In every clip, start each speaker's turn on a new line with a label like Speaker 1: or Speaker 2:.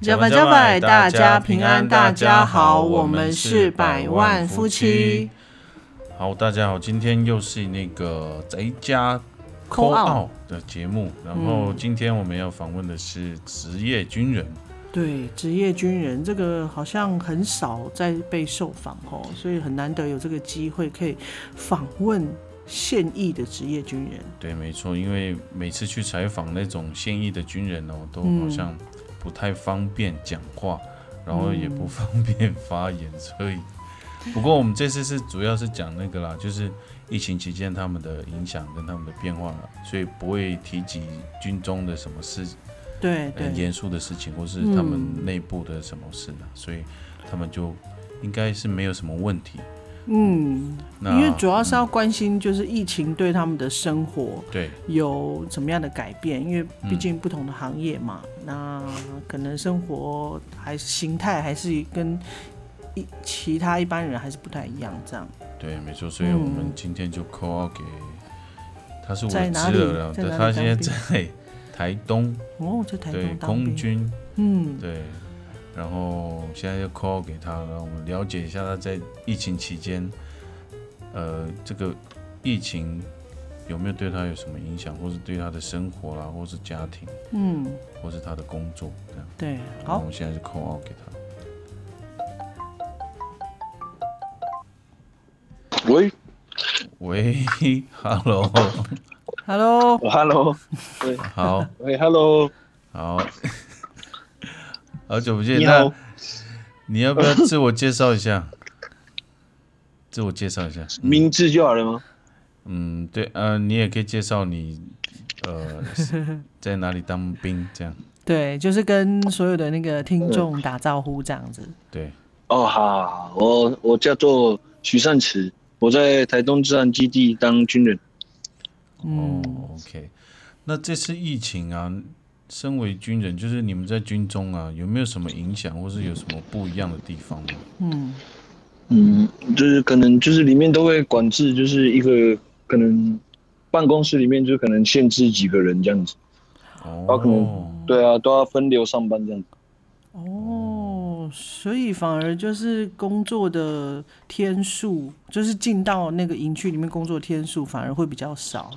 Speaker 1: 加百加百，大家平安，大家好，我们是百万夫妻。
Speaker 2: 好，大家好，今天又是那个宅家
Speaker 1: Call out 嗯
Speaker 2: 的节目，然后今天我们要访问的是职业军人，
Speaker 1: 对，职业军人这个好像很少在被受访哦，所以很难得有这个机会可以访问现役的职业军人。
Speaker 2: 对，没错，因为每次去采访那种现役的军人哦，都
Speaker 1: 嗯
Speaker 2: 好像不太方便讲话，然后也
Speaker 1: 嗯
Speaker 2: 不方便发言，所以。不过我们这次是主要是讲那个啦，就是疫情期间他们的影响跟他们的变化啦，所以不会提及军中的什么事
Speaker 1: 对
Speaker 3: 哎
Speaker 1: 嗯
Speaker 2: 很
Speaker 1: 对，
Speaker 2: 严肃的事情，或是他们内部的什么事啊，所以他们就应该是没有什么问题。
Speaker 1: 嗯，
Speaker 2: 那
Speaker 1: 因为主要是要关心就是疫情对他们的生活
Speaker 2: 对
Speaker 1: 有怎么样的改变，因为
Speaker 2: 嗯
Speaker 1: 毕竟不同的行业嘛，那可能生活还是形态还是跟一其他一般人还是不太一样这样。
Speaker 2: 对，没错，所以我
Speaker 1: 嗯
Speaker 2: 们今天就 call out 给他是我
Speaker 1: 在
Speaker 2: 的
Speaker 1: 哪
Speaker 2: 侄
Speaker 1: 里
Speaker 2: 儿了，
Speaker 1: 在
Speaker 2: 对
Speaker 1: 哪里
Speaker 2: 他现在
Speaker 1: 当
Speaker 2: 在台东，
Speaker 1: 哦，在台
Speaker 2: 对
Speaker 1: 东当
Speaker 2: 空
Speaker 1: 兵，
Speaker 2: 军，
Speaker 1: 嗯，
Speaker 2: 对，然后现在就 call out 给他，让我们了解一下他在疫情期间，呃，这个疫情有没有对他有什么影响，或是对他的生活啦，或是家庭，
Speaker 1: 嗯，
Speaker 2: 或是他的工作这样。
Speaker 1: 对，
Speaker 2: 然后
Speaker 1: 好
Speaker 2: 我，们现在是扣 a 给他。
Speaker 4: 喂
Speaker 2: 喂 ，Hello，
Speaker 1: ，Hello，
Speaker 4: 哦，Hello，
Speaker 2: 好
Speaker 4: 喂，Hello，
Speaker 2: 好， 好久不见。
Speaker 4: 你
Speaker 2: 那嗯
Speaker 4: 好，
Speaker 2: 你要不要自我介绍一下？自我介绍一下。
Speaker 4: 名字就好了吗？
Speaker 2: 嗯，对，呃，你也可以介绍你，呃，是在哪里当兵这样。
Speaker 1: 对，就是跟所有的那个听众打招呼这样子。
Speaker 2: 对，
Speaker 4: 哦，好，好我我叫做徐善慈，我在台东自然基地当军人。
Speaker 1: 嗯，
Speaker 2: 哦，OK。那这次疫情啊，身为军人，就是你们在军中啊，有没有什么影响，或是有什么不一样的地方吗？
Speaker 1: 嗯，
Speaker 4: 嗯，就是可能就是里面都会管制，就是一个可能办公室里面就可能限制几个人这样子。包括
Speaker 2: 哦，
Speaker 4: 对啊，都要分流上班这样子。
Speaker 1: 哦，所以反而就是工作的天数，就是进到那个营区里面工作天数反而会比较少。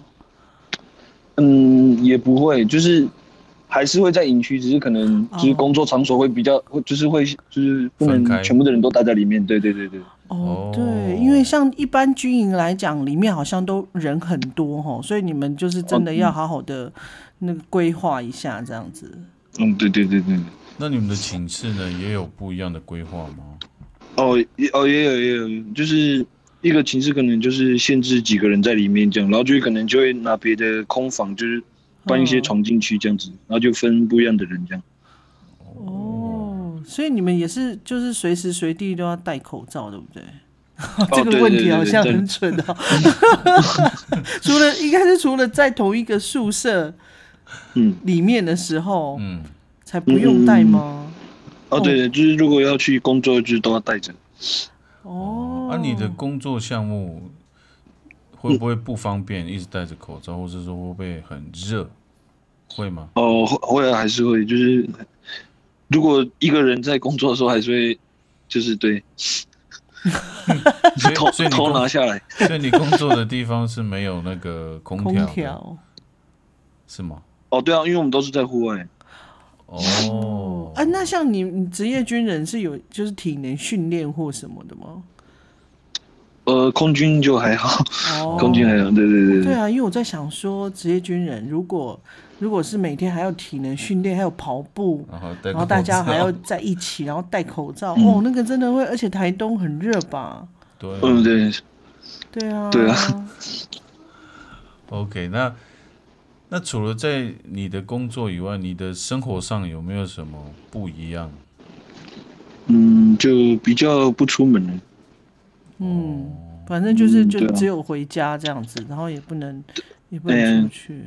Speaker 4: 嗯，也不会，就是还是会在营区，只是可能就是
Speaker 1: 哦
Speaker 4: 工作场所会比较，会就是会就是不
Speaker 2: 分开
Speaker 4: 能全部的人都待在里面。对对对对。
Speaker 1: 哦
Speaker 2: 哦，
Speaker 1: 对，因为像一般军营来讲，里面好像都人很多哈，所以你们就是真的要好好的那个规划一下这样子。
Speaker 4: 嗯，对对对对对。
Speaker 2: 那你们的寝室呢，也有不一样的规划吗？
Speaker 4: 哦，也哦也有也有，就是一个寝室可能就是限制几个人在里面这样，然后就可能就会拿别的空房，就是搬一些
Speaker 1: 嗯
Speaker 4: 床进去这样子，然后就分不一样的人这样。
Speaker 1: 哦，所以你们也是就是随时随地都要戴口罩，对不对？
Speaker 4: 哦
Speaker 1: 这个问题好像
Speaker 4: 对对对
Speaker 1: 很
Speaker 4: 对
Speaker 1: 蠢哦。 除了应该是除了在同一个宿舍
Speaker 4: 嗯，
Speaker 1: 里面的时候，
Speaker 2: 嗯，
Speaker 1: 才不用戴吗？
Speaker 4: 哦对对，就是如果要去工作，就是都要带着。
Speaker 1: 哦，
Speaker 2: 啊，你的工作项目会不会不方便，一直戴着口罩，或者说会不会很热？会 吗？
Speaker 4: 哦，会会啊还是会，就是如果一个人在工作的时候，还是会就是对
Speaker 2: 所以
Speaker 4: 偷
Speaker 2: 所以你
Speaker 4: 偷拿
Speaker 2: 工
Speaker 4: 下来。
Speaker 2: 所以你工作的地方是没有那个空
Speaker 1: 空
Speaker 2: 调的，
Speaker 1: 调
Speaker 2: 是吗？
Speaker 4: 哦对啊，因为我们都是在户外。
Speaker 2: 哦，
Speaker 1: 啊，那像你你职业军人是有就是体能训练或什么的吗？
Speaker 4: 呃，空军就还好，
Speaker 1: 哦，
Speaker 4: 空军还好，对对对
Speaker 1: 对啊，因为我在想说，职业军人如果如果是每天还要体能训练，还有跑步，
Speaker 2: 然后戴口罩
Speaker 1: 然后大家还要在一起，然后戴口罩，哦，那个真的会，而且台东很热吧？
Speaker 2: 对啊、
Speaker 4: 嗯对，
Speaker 1: 对啊，
Speaker 4: 对啊
Speaker 2: OK，那那除了在你的工作以外，你的生活上有没有什么不一样？
Speaker 4: 嗯，就比较不出门了。
Speaker 1: 嗯，
Speaker 2: 哦
Speaker 1: 反正就是
Speaker 4: 嗯
Speaker 1: 就
Speaker 4: 对啊
Speaker 1: 只有回家这样子，然后也不能也不
Speaker 4: 哎
Speaker 1: 能出去。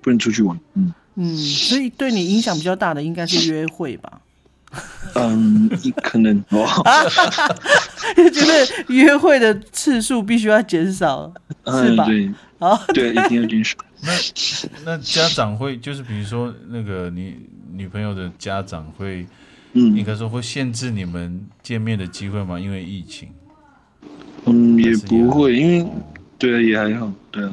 Speaker 4: 不能出去玩。嗯
Speaker 1: 嗯，所以对你影响比较大的应该是约会吧？
Speaker 4: 嗯，可能哦，
Speaker 1: 就是约会的次数必须要减少，是
Speaker 4: 嗯，
Speaker 1: 吧？
Speaker 4: 对
Speaker 1: 好，
Speaker 4: 对，一定要坚守。
Speaker 2: 那家长会就是比如说那个你女朋友的家长会，应
Speaker 4: 嗯
Speaker 2: 该说会限制你们见面的机会吗？因为疫情。
Speaker 1: 哦
Speaker 4: 嗯，
Speaker 2: 还
Speaker 4: 也
Speaker 2: 是一样
Speaker 4: 不会，因为对啊，也还好，对啊，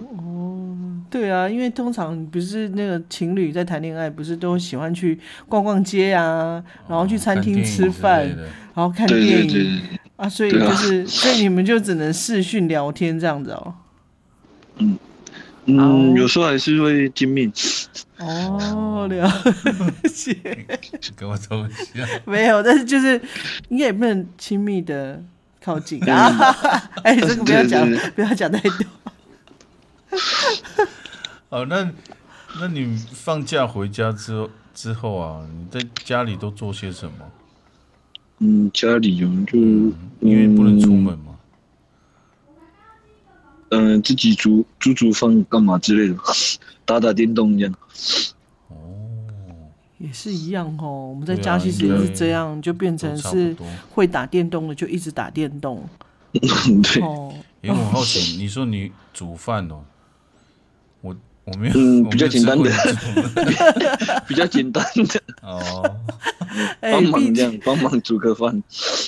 Speaker 1: 对啊，因为通常不是那个情侣在谈恋爱，不是都喜欢去逛逛街啊，然后去餐厅
Speaker 2: 哦看电影
Speaker 1: 吃饭
Speaker 2: 之类，的
Speaker 1: 然后看
Speaker 4: 对
Speaker 1: 电
Speaker 4: 对对
Speaker 1: 影
Speaker 4: 对，
Speaker 1: 啊，所以
Speaker 4: 对啊
Speaker 1: 就是，所以你们就只能视讯聊天这样子哦。
Speaker 4: 嗯，
Speaker 1: 哦
Speaker 4: 有时候还是会见面。
Speaker 1: 哦，了
Speaker 2: 哦
Speaker 1: 解，
Speaker 2: 跟我啊走一下。
Speaker 1: 没有，但是就是应该也不能亲密的靠近啊。 哎，这个不要讲
Speaker 4: 嗯对对，
Speaker 1: 不要讲太多。
Speaker 2: 哦，那那你放假回家之后之后啊，你在家里都做些什么？
Speaker 4: 嗯，家里有就
Speaker 1: 嗯
Speaker 2: 因为不能出，门嘛。
Speaker 4: 嗯，呃自己煮煮煮饭干嘛之类的， 打打电动这样。
Speaker 2: 哦，
Speaker 1: 也是一样哦，我们在
Speaker 2: 对啊
Speaker 1: 家其实
Speaker 2: 应
Speaker 1: 也
Speaker 2: 该
Speaker 1: 是这样，就变成
Speaker 2: 啊都差不
Speaker 1: 是
Speaker 2: 多
Speaker 1: 会打电动的就一直打电动
Speaker 4: 对，
Speaker 1: 哦。
Speaker 2: 因为我好 奇，你说你煮饭哦，我我没有，
Speaker 4: 嗯
Speaker 2: 我没有
Speaker 4: 比较简
Speaker 2: 吃过
Speaker 4: 单的
Speaker 2: 你煮饭
Speaker 4: 比较简单的，
Speaker 2: 哦，
Speaker 1: 哎，
Speaker 4: 帮
Speaker 1: 毕
Speaker 4: 忙这
Speaker 1: 竟
Speaker 4: 样，帮忙煮个饭。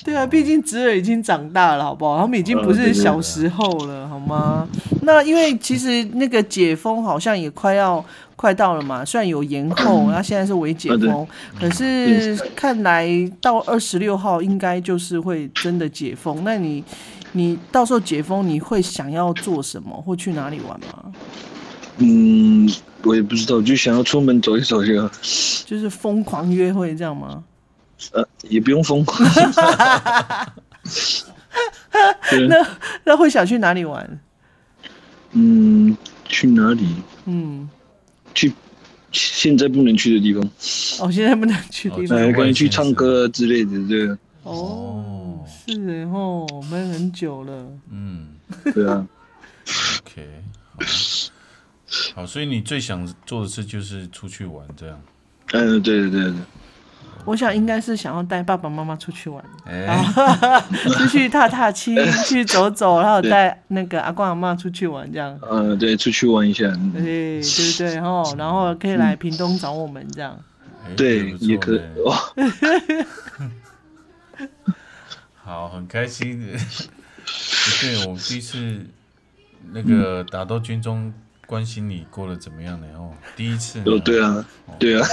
Speaker 1: 对啊，毕竟侄儿已经长大了，好不好？他们已经不是小时候了，好吗？那因为其实那个解封好像也快要快到了嘛，虽然有延后，那现在是微解封，可是看来到二十六号应该就是会真的解封。那你你到时候解封，你会想要做什么，或去哪里玩吗？
Speaker 4: 嗯，我也不知道，就想要出门走一走就好，
Speaker 1: 就是疯狂约会这样吗？
Speaker 4: 呃，也不用疯 狂。对
Speaker 1: 那会想去哪里玩？
Speaker 4: 嗯，去哪里？
Speaker 1: 嗯，
Speaker 4: 去现在不能去的地方，
Speaker 1: 哦，现在不能去地方
Speaker 2: 哦
Speaker 4: 呃，可
Speaker 2: 外
Speaker 4: 能去
Speaker 2: 县
Speaker 4: 唱
Speaker 2: 市
Speaker 4: 歌啊之类的，对啊，
Speaker 1: 哦，是哦，我们很久了。
Speaker 2: 嗯
Speaker 4: 对啊，
Speaker 2: ，OK，好，好，所以你最想做的事就是出去玩这样。
Speaker 4: 嗯，对对对对，
Speaker 1: 我想应该是想要带爸爸妈妈出去玩，
Speaker 2: 哎，
Speaker 1: 出去踏踏青，去走走，然后带那个阿公阿妈出去玩这样。
Speaker 4: 嗯，对，出去玩一下，嗯
Speaker 1: 对对不对？吼，然后可以来屏东找我们这样。
Speaker 2: 哎
Speaker 4: 对，也可以
Speaker 2: 不错呢
Speaker 4: 哦，
Speaker 2: 好，很开心 的。对，我第一次那个打到军中，关心你过得怎么样呢？哦，第一次呢。
Speaker 4: 哦，对啊，对啊，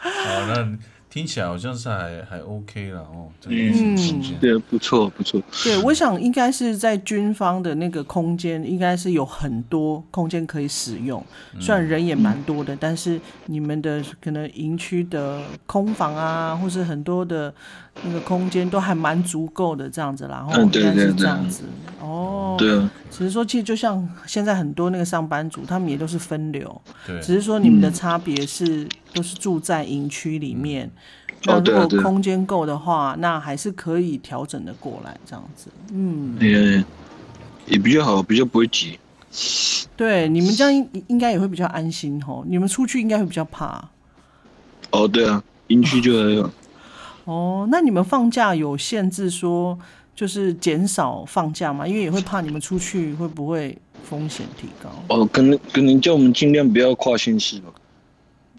Speaker 2: 好，那听起来好像是还还 OK 了哦。这个
Speaker 4: 嗯
Speaker 2: 空间
Speaker 4: 对啊，不错不错，
Speaker 1: 对，我想应该是在军方的那个空间，应该是有很多空间可以使用。虽然人也蛮多的，但是你们的可能营区的空房啊，或是很多的那个空间都还蛮足够的这样子啦。然后
Speaker 4: 嗯
Speaker 1: 应
Speaker 4: 对
Speaker 1: 该
Speaker 4: 对
Speaker 1: 是
Speaker 4: 对
Speaker 1: 这样子。哦，
Speaker 4: 对啊，
Speaker 1: 只是说，其实就像现在很多那个上班族，他们也都是分流，只
Speaker 2: 对，
Speaker 1: 是说你们
Speaker 4: 嗯
Speaker 1: 的差别是、都是住在营区里面。那
Speaker 4: 哦对啊
Speaker 1: 如
Speaker 4: 对
Speaker 1: 果
Speaker 4: 啊
Speaker 1: 空间够的话，那还是可以调整的过来这样子。嗯，
Speaker 4: 也也比较好，比较不会挤，
Speaker 1: 对，你们这样应应该也会比较安心吼。你们出去应该会比较怕
Speaker 4: 哦，对啊，营区就还好，
Speaker 1: 哦。那你们放假有限制说就是减少放假吗？因为也会怕你们出去会不会风险提高？
Speaker 4: 哦，可能可能叫我们尽量不要跨县市吧。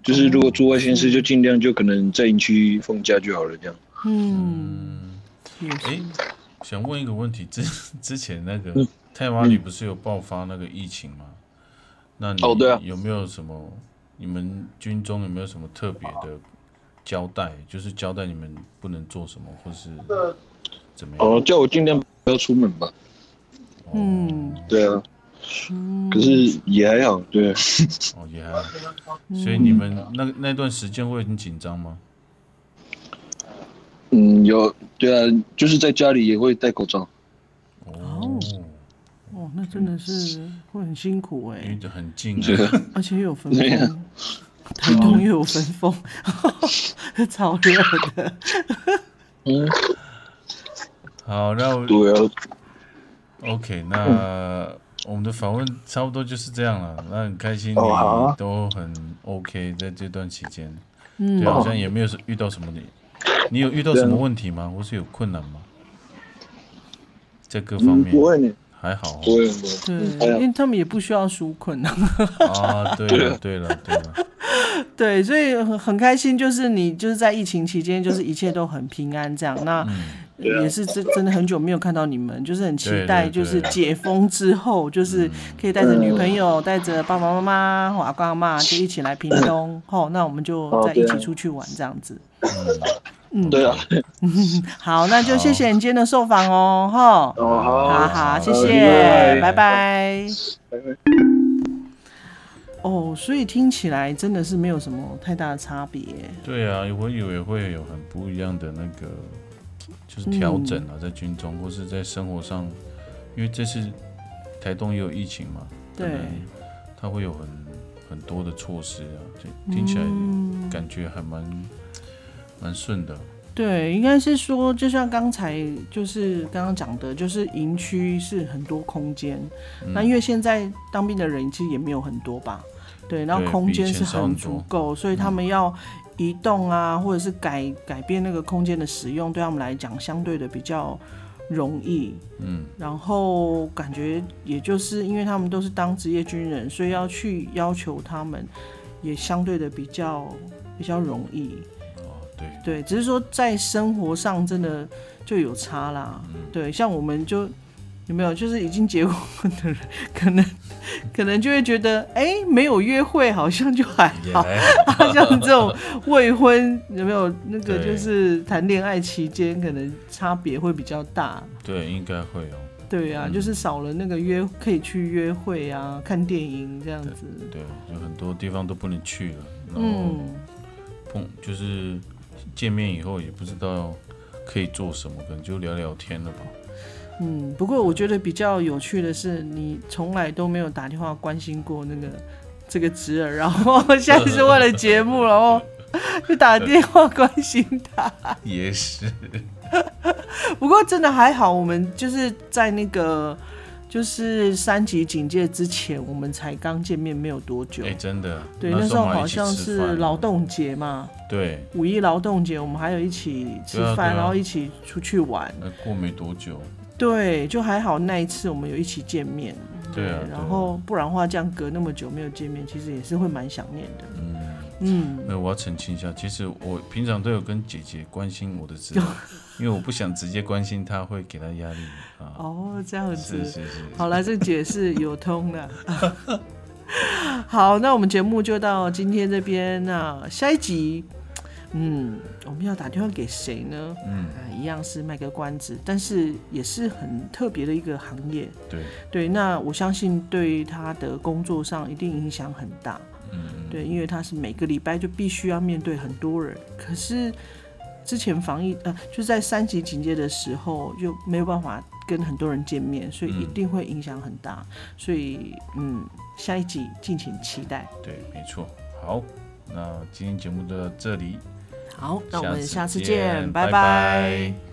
Speaker 4: 就是如果住外县市，就尽量就可能在营区放假就好了，这样。
Speaker 1: 嗯，也是
Speaker 4: 嗯
Speaker 2: 哎，想问一个问题，之 之前那个泰马里不是有爆发那个疫情吗？那你
Speaker 4: 嗯哦对啊
Speaker 2: 有没有什么你们军中有没有什么特别的交代？就是交代你们不能做什么，或是怎么样？
Speaker 4: 哦，叫我尽量不要出门吧。
Speaker 1: 嗯。
Speaker 4: 对啊，可是也还好，对啊，
Speaker 2: 哦，也还好。所以你们那那段时间会很紧张吗？
Speaker 4: 嗯，有，对啊，就是在家里也会戴口罩，
Speaker 2: 哦，
Speaker 1: 哦，那真的是会很辛苦哎、
Speaker 2: 因为很近
Speaker 4: 对
Speaker 2: 啊。
Speaker 4: 啊，
Speaker 1: 而且又有分
Speaker 4: 对
Speaker 1: 工
Speaker 4: 啊，
Speaker 1: 台东又有分封， 超热的。
Speaker 4: 嗯，
Speaker 2: 好，那我
Speaker 4: 对啊，
Speaker 2: OK，那
Speaker 4: 嗯
Speaker 2: 我们的访问差不多就是这样了。那很开心你
Speaker 4: 哦好啊
Speaker 2: 都很 OK，在这段期间，
Speaker 1: 嗯
Speaker 2: 对，好像也没有遇到什么你，你有遇到什么问题吗？或是有困难吗？在各方
Speaker 4: 嗯，
Speaker 2: 面
Speaker 4: 不会呢，
Speaker 2: 还好
Speaker 4: 不会不
Speaker 1: 对，
Speaker 4: 哎呀
Speaker 1: 因为他们也不需要纾困啊。
Speaker 2: 哦啊。对了，对了，对了，
Speaker 1: 对，所以很很开心，就是你就是在疫情期间，就是一切都很平安这样。那
Speaker 2: 嗯
Speaker 4: 对啊
Speaker 1: 也是真真的很久没有看到你们，就是很期
Speaker 2: 对对
Speaker 1: 待，
Speaker 2: 对嗯
Speaker 1: 就是解封之后，就是可以带着女
Speaker 4: 嗯
Speaker 1: 朋友、带着爸爸妈妈或阿公阿妈就一起来屏东，吼，那我们就
Speaker 4: 嗯哦
Speaker 1: 再一
Speaker 4: 对啊
Speaker 1: 起出去玩这样子。
Speaker 4: 会，对啊，
Speaker 1: 好，那就谢谢你今天的受访哦，哈，
Speaker 4: 哦好
Speaker 1: 好
Speaker 4: 啊，
Speaker 1: 好，谢
Speaker 4: 好
Speaker 1: 谢，
Speaker 4: 拜拜
Speaker 1: 拜拜。
Speaker 4: 拜拜
Speaker 1: 哦，所以听起来真的是没有什么太大的差别。
Speaker 2: 对啊，我以为会有很不一样的那个，就是调整
Speaker 1: 嗯
Speaker 2: 啊，在军中或是在生活上，因为这次台东也有疫情嘛，可
Speaker 1: 对
Speaker 2: 能它会有很很多的措施啊，就听起来
Speaker 1: 嗯
Speaker 2: 感觉还蛮蛮顺的。
Speaker 1: 对，应该是说，就像刚才就是刚刚讲的，就是营区是很多空间，
Speaker 2: 嗯
Speaker 1: 那因为现在当兵的人其实也没有很多吧，对，然后
Speaker 2: 对
Speaker 1: 空
Speaker 2: 比以
Speaker 1: 间
Speaker 2: 前
Speaker 1: 是
Speaker 2: 少
Speaker 1: 很
Speaker 2: 很
Speaker 1: 足
Speaker 2: 多嗯
Speaker 1: 够，所以他们要移动啊，或者是改改变那个空间的使用，对他们来讲相对的比较容易。
Speaker 2: 嗯，
Speaker 1: 然后感觉也就是因为他们都是当职业军人，所以要去要求他们也相对的比较比较容易。
Speaker 2: 哦，对，
Speaker 1: 对，只是说在生活上真的就有差啦。
Speaker 2: 嗯
Speaker 1: 对，像我们就有没有就是已经结婚的人，可能可能就会觉得，哎、没有约会好像就 还
Speaker 2: 也
Speaker 1: 好。
Speaker 2: 还好，
Speaker 1: 啊像这种未婚有没有那个
Speaker 2: 对
Speaker 1: 就是谈恋爱期间可能差别会比较大。
Speaker 2: 对，应该会哦，
Speaker 1: 对啊，就是少了那个约可以去约会啊，看电影这样子。
Speaker 2: 对，哦有很多地方都不能去了，然后
Speaker 1: 嗯，
Speaker 2: 碰就是见面以后也不知道可以做什么，可能就聊聊天了吧。
Speaker 1: 嗯，不过我觉得比较有趣的是，你从来都没有打电话关心过那个 这个侄儿，然后现在是为了节目，然后就打电话关心他。
Speaker 2: 也是，
Speaker 1: 不过真的还好，我们就是在那个就是三级警戒之前，我们才刚见面没有多久
Speaker 2: 哎、。真的，
Speaker 1: 对，
Speaker 2: 那
Speaker 1: 那时候
Speaker 2: 我们还
Speaker 1: 好
Speaker 2: 一起
Speaker 1: 像
Speaker 2: 吃
Speaker 1: 是
Speaker 2: 饭
Speaker 1: 劳动节嘛，
Speaker 2: 对，
Speaker 1: 五一劳动节，我们还有一起吃
Speaker 2: 对啊
Speaker 1: 饭，
Speaker 2: 对啊
Speaker 1: 然后一起出去玩。
Speaker 2: 那过没多久，
Speaker 1: 对，就还好那一次我们有一起见面。
Speaker 2: 对啊，对
Speaker 1: 嗯然
Speaker 2: 啊
Speaker 1: 后不然的话，这样隔那么久没有见面，其实也是会蛮想念的。嗯
Speaker 2: 没有，我要澄清一下，其实我平常都有跟姐姐关心我的侄儿，因为我不想直接关心她，会给她压力啊。
Speaker 1: 哦，这样子。
Speaker 2: 是是是，
Speaker 1: 好了，这解释有通 了。好，那我们节目就到今天这边那下一集，嗯，我们要打电话给谁呢？
Speaker 2: 嗯，
Speaker 1: 啊，一样是卖个关子，但是也是很特别的一个行业。
Speaker 2: 对，
Speaker 1: 对，那我相信对他的工作上一定影响很大。
Speaker 2: 嗯
Speaker 1: 对，因为他是每个礼拜就必须要面对很多人，可是之前防疫呃，就在三级警戒的时候就没有办法跟很多人见面，所以一
Speaker 2: 嗯
Speaker 1: 定会影响很大。所以嗯，下一集敬请期待。
Speaker 2: 嗯，对，没错。好，那今天节目就到这里，
Speaker 1: 好，那我们下次
Speaker 2: 次
Speaker 1: 见，
Speaker 2: 拜
Speaker 1: 拜拜
Speaker 2: 拜